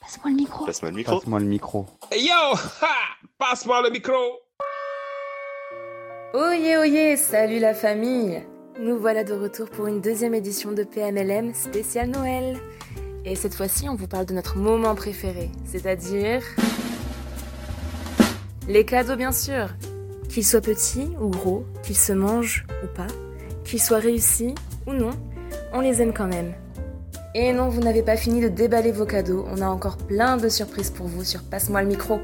Passe-moi le micro. Passe-moi le micro. Passe-moi le micro. Hey, yo ha Passe-moi le micro Oyez, oyez, salut la famille Nous voilà de retour pour une deuxième édition de PMLM spécial Noël. Et cette fois-ci, on vous parle de notre moment préféré, c'est-à-dire... Les cadeaux, bien sûr Qu'ils soient petits ou gros, qu'ils se mangent ou pas, qu'ils soient réussis ou non, on les aime quand même. Et non, vous n'avez pas fini de déballer vos cadeaux, on a encore plein de surprises pour vous sur Passe-moi le micro.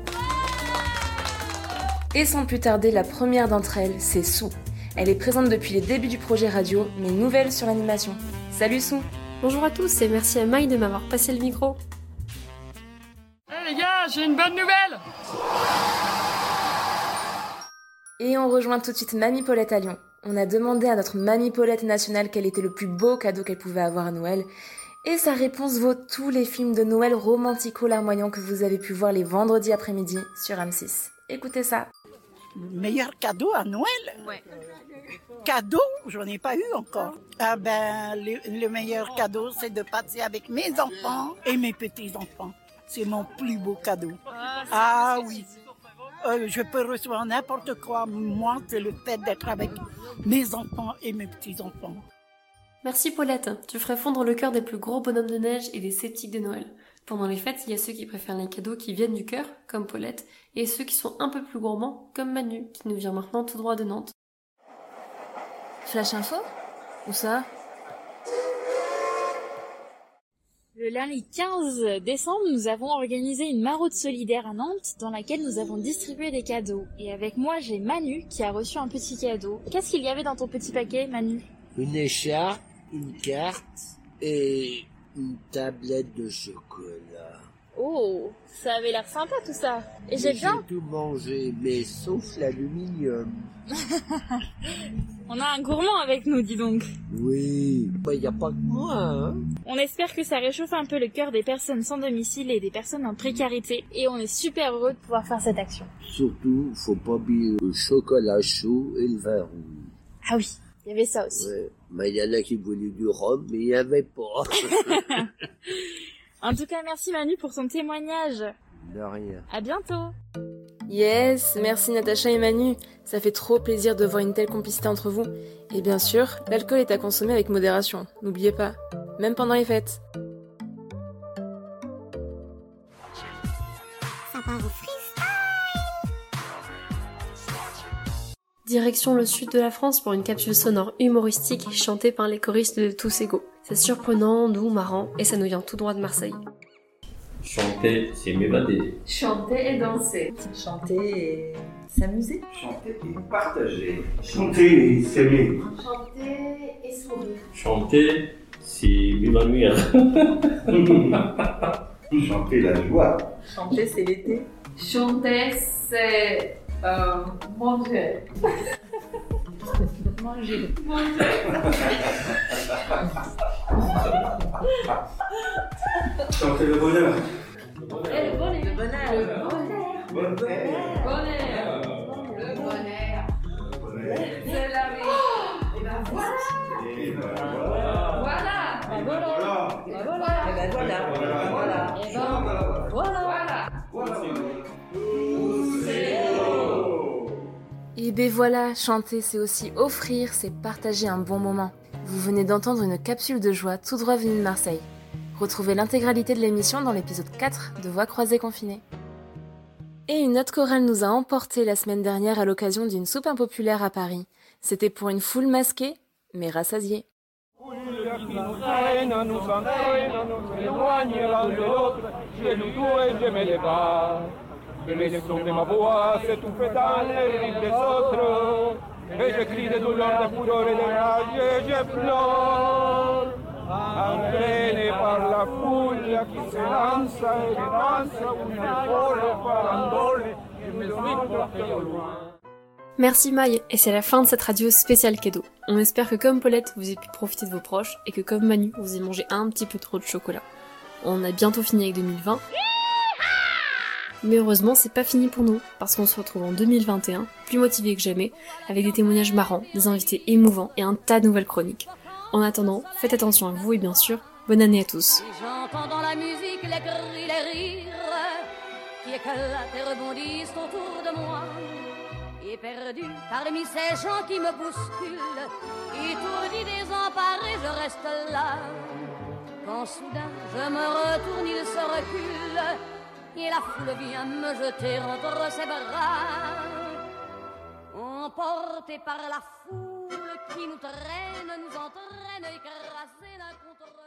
Et sans plus tarder, la première d'entre elles, c'est Sou. Elle est présente depuis les débuts du projet radio, mais nouvelle sur l'animation. Salut Sou Bonjour à tous et merci à Maï de m'avoir passé le micro. Eh les gars, j'ai une bonne nouvelle Et on rejoint tout de suite Mamie Paulette à Lyon. On a demandé à notre Mamie Paulette nationale quel était le plus beau cadeau qu'elle pouvait avoir à Noël, et sa réponse vaut tous les films de Noël romantico-larmoyants que vous avez pu voir les vendredis après-midi sur M6. Écoutez ça. Meilleur cadeau à Noël Ouais. Cadeau, j'en ai pas eu encore. Ah ben, le, le meilleur cadeau, c'est de passer avec mes enfants et mes petits-enfants. C'est mon plus beau cadeau. Ah oui. Euh, je peux recevoir n'importe quoi. Moi, c'est le fait d'être avec mes enfants et mes petits-enfants. Merci Paulette, tu ferais fondre le cœur des plus gros bonhommes de neige et des sceptiques de Noël. Pendant les fêtes, il y a ceux qui préfèrent les cadeaux qui viennent du cœur, comme Paulette, et ceux qui sont un peu plus gourmands, comme Manu, qui nous vient maintenant tout droit de Nantes. Flash info Où ça Le lundi 15 décembre, nous avons organisé une maraude solidaire à Nantes dans laquelle nous avons distribué des cadeaux. Et avec moi, j'ai Manu qui a reçu un petit cadeau. Qu'est-ce qu'il y avait dans ton petit paquet, Manu une écharpe, une carte et une tablette de chocolat. Oh, ça avait l'air sympa tout ça. Et Mais j'ai bien, tout mangé, mais sauf l'aluminium. on a un gourmand avec nous, dis donc. Oui, il n'y a pas que moi, hein. On espère que ça réchauffe un peu le cœur des personnes sans domicile et des personnes en précarité. Et on est super heureux de pouvoir faire cette action. Surtout, faut pas oublier le chocolat chaud et le vin rouge. Ah oui, il y avait ça aussi. Ouais, mais il y en a qui voulaient du rhum, mais il n'y avait pas. En tout cas, merci Manu pour ton témoignage. De rien. À bientôt. Yes, merci Natacha et Manu. Ça fait trop plaisir de voir une telle complicité entre vous. Et bien sûr, l'alcool est à consommer avec modération, n'oubliez pas. Même pendant les fêtes. Direction le sud de la France pour une capsule sonore humoristique chantée par les choristes de Tous Égaux. C'est surprenant, doux, marrant, et ça nous vient tout droit de Marseille. Chanter, c'est m'évader. Chanter et danser. Chanter et s'amuser. Chanter et partager. Chanter et s'aimer. Chanter et sourire. Chanter, c'est m'évanouir. Chanter la joie. Chanter, c'est l'été. Chanter, c'est euh, manger. Manger. Chanter le bonheur. Et Eh, le bonheur. Le bonheur. Le bonheur. Bonne fête. Bonheur. Le bonheur. C'est la vie. Et ben voilà. Et ben voilà. Voilà. Et voilà. Et voilà. Et ben voilà. Voilà. Et ben voilà. Voilà. Et ben voilà, chanter c'est aussi offrir, c'est partager un bon moment. Vous venez d'entendre une capsule de joie tout droit venue de Marseille. Retrouvez l'intégralité de l'émission dans l'épisode 4 de Voix croisées confinées. Et une autre chorale nous a emportés la semaine dernière à l'occasion d'une soupe impopulaire à Paris. C'était pour une foule masquée, mais rassasiée. Mais le son de ma voix s'étouffait dans les rires des autres. Et je crie de douleur, de fureur et de rage et je pleure. Entraîné par la foule qui se lance et qui danse une folle farandole, je me suis porté au loin. Merci Maï, et c'est la fin de cette radio spéciale cadeau. On espère que comme Paulette, vous avez pu profiter de vos proches et que comme Manu, vous avez mangé un petit peu trop de chocolat. On a bientôt fini avec 2020. Mais heureusement, c'est pas fini pour nous, parce qu'on se retrouve en 2021, plus motivé que jamais, avec des témoignages marrants, des invités émouvants et un tas de nouvelles chroniques. En attendant, faites attention à vous et bien sûr, bonne année à tous. Et j'entends dans la musique les cris, les rires qui éclatent et rebondissent autour de moi. Et perdu parmi ces gens qui me bousculent, étourdi, désemparé, je reste là. Quand soudain je me retourne, il se recule, et la foule vient me jeter entre ses bras. Emporté par la foule qui nous traîne, nous entraîne, écrasés d'un contre